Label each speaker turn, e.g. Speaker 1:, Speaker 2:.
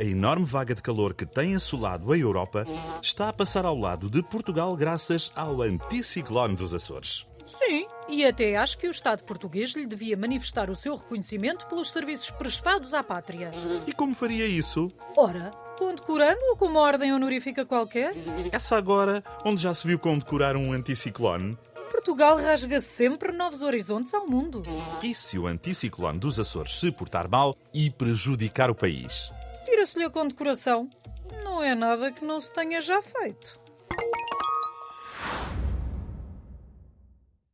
Speaker 1: A enorme vaga de calor que tem assolado a Europa está a passar ao lado de Portugal graças ao anticiclone dos Açores.
Speaker 2: Sim, e até acho que o Estado português lhe devia manifestar o seu reconhecimento pelos serviços prestados à pátria.
Speaker 1: E como faria isso?
Speaker 2: Ora, condecorando-o com uma ordem honorífica qualquer?
Speaker 1: Essa agora, onde já se viu condecorar um anticiclone?
Speaker 2: Portugal rasga sempre novos horizontes ao mundo.
Speaker 1: E se o anticiclone dos Açores se portar mal e prejudicar o país?
Speaker 2: Tira-se-lhe a condecoração. Não é nada que não se tenha já feito.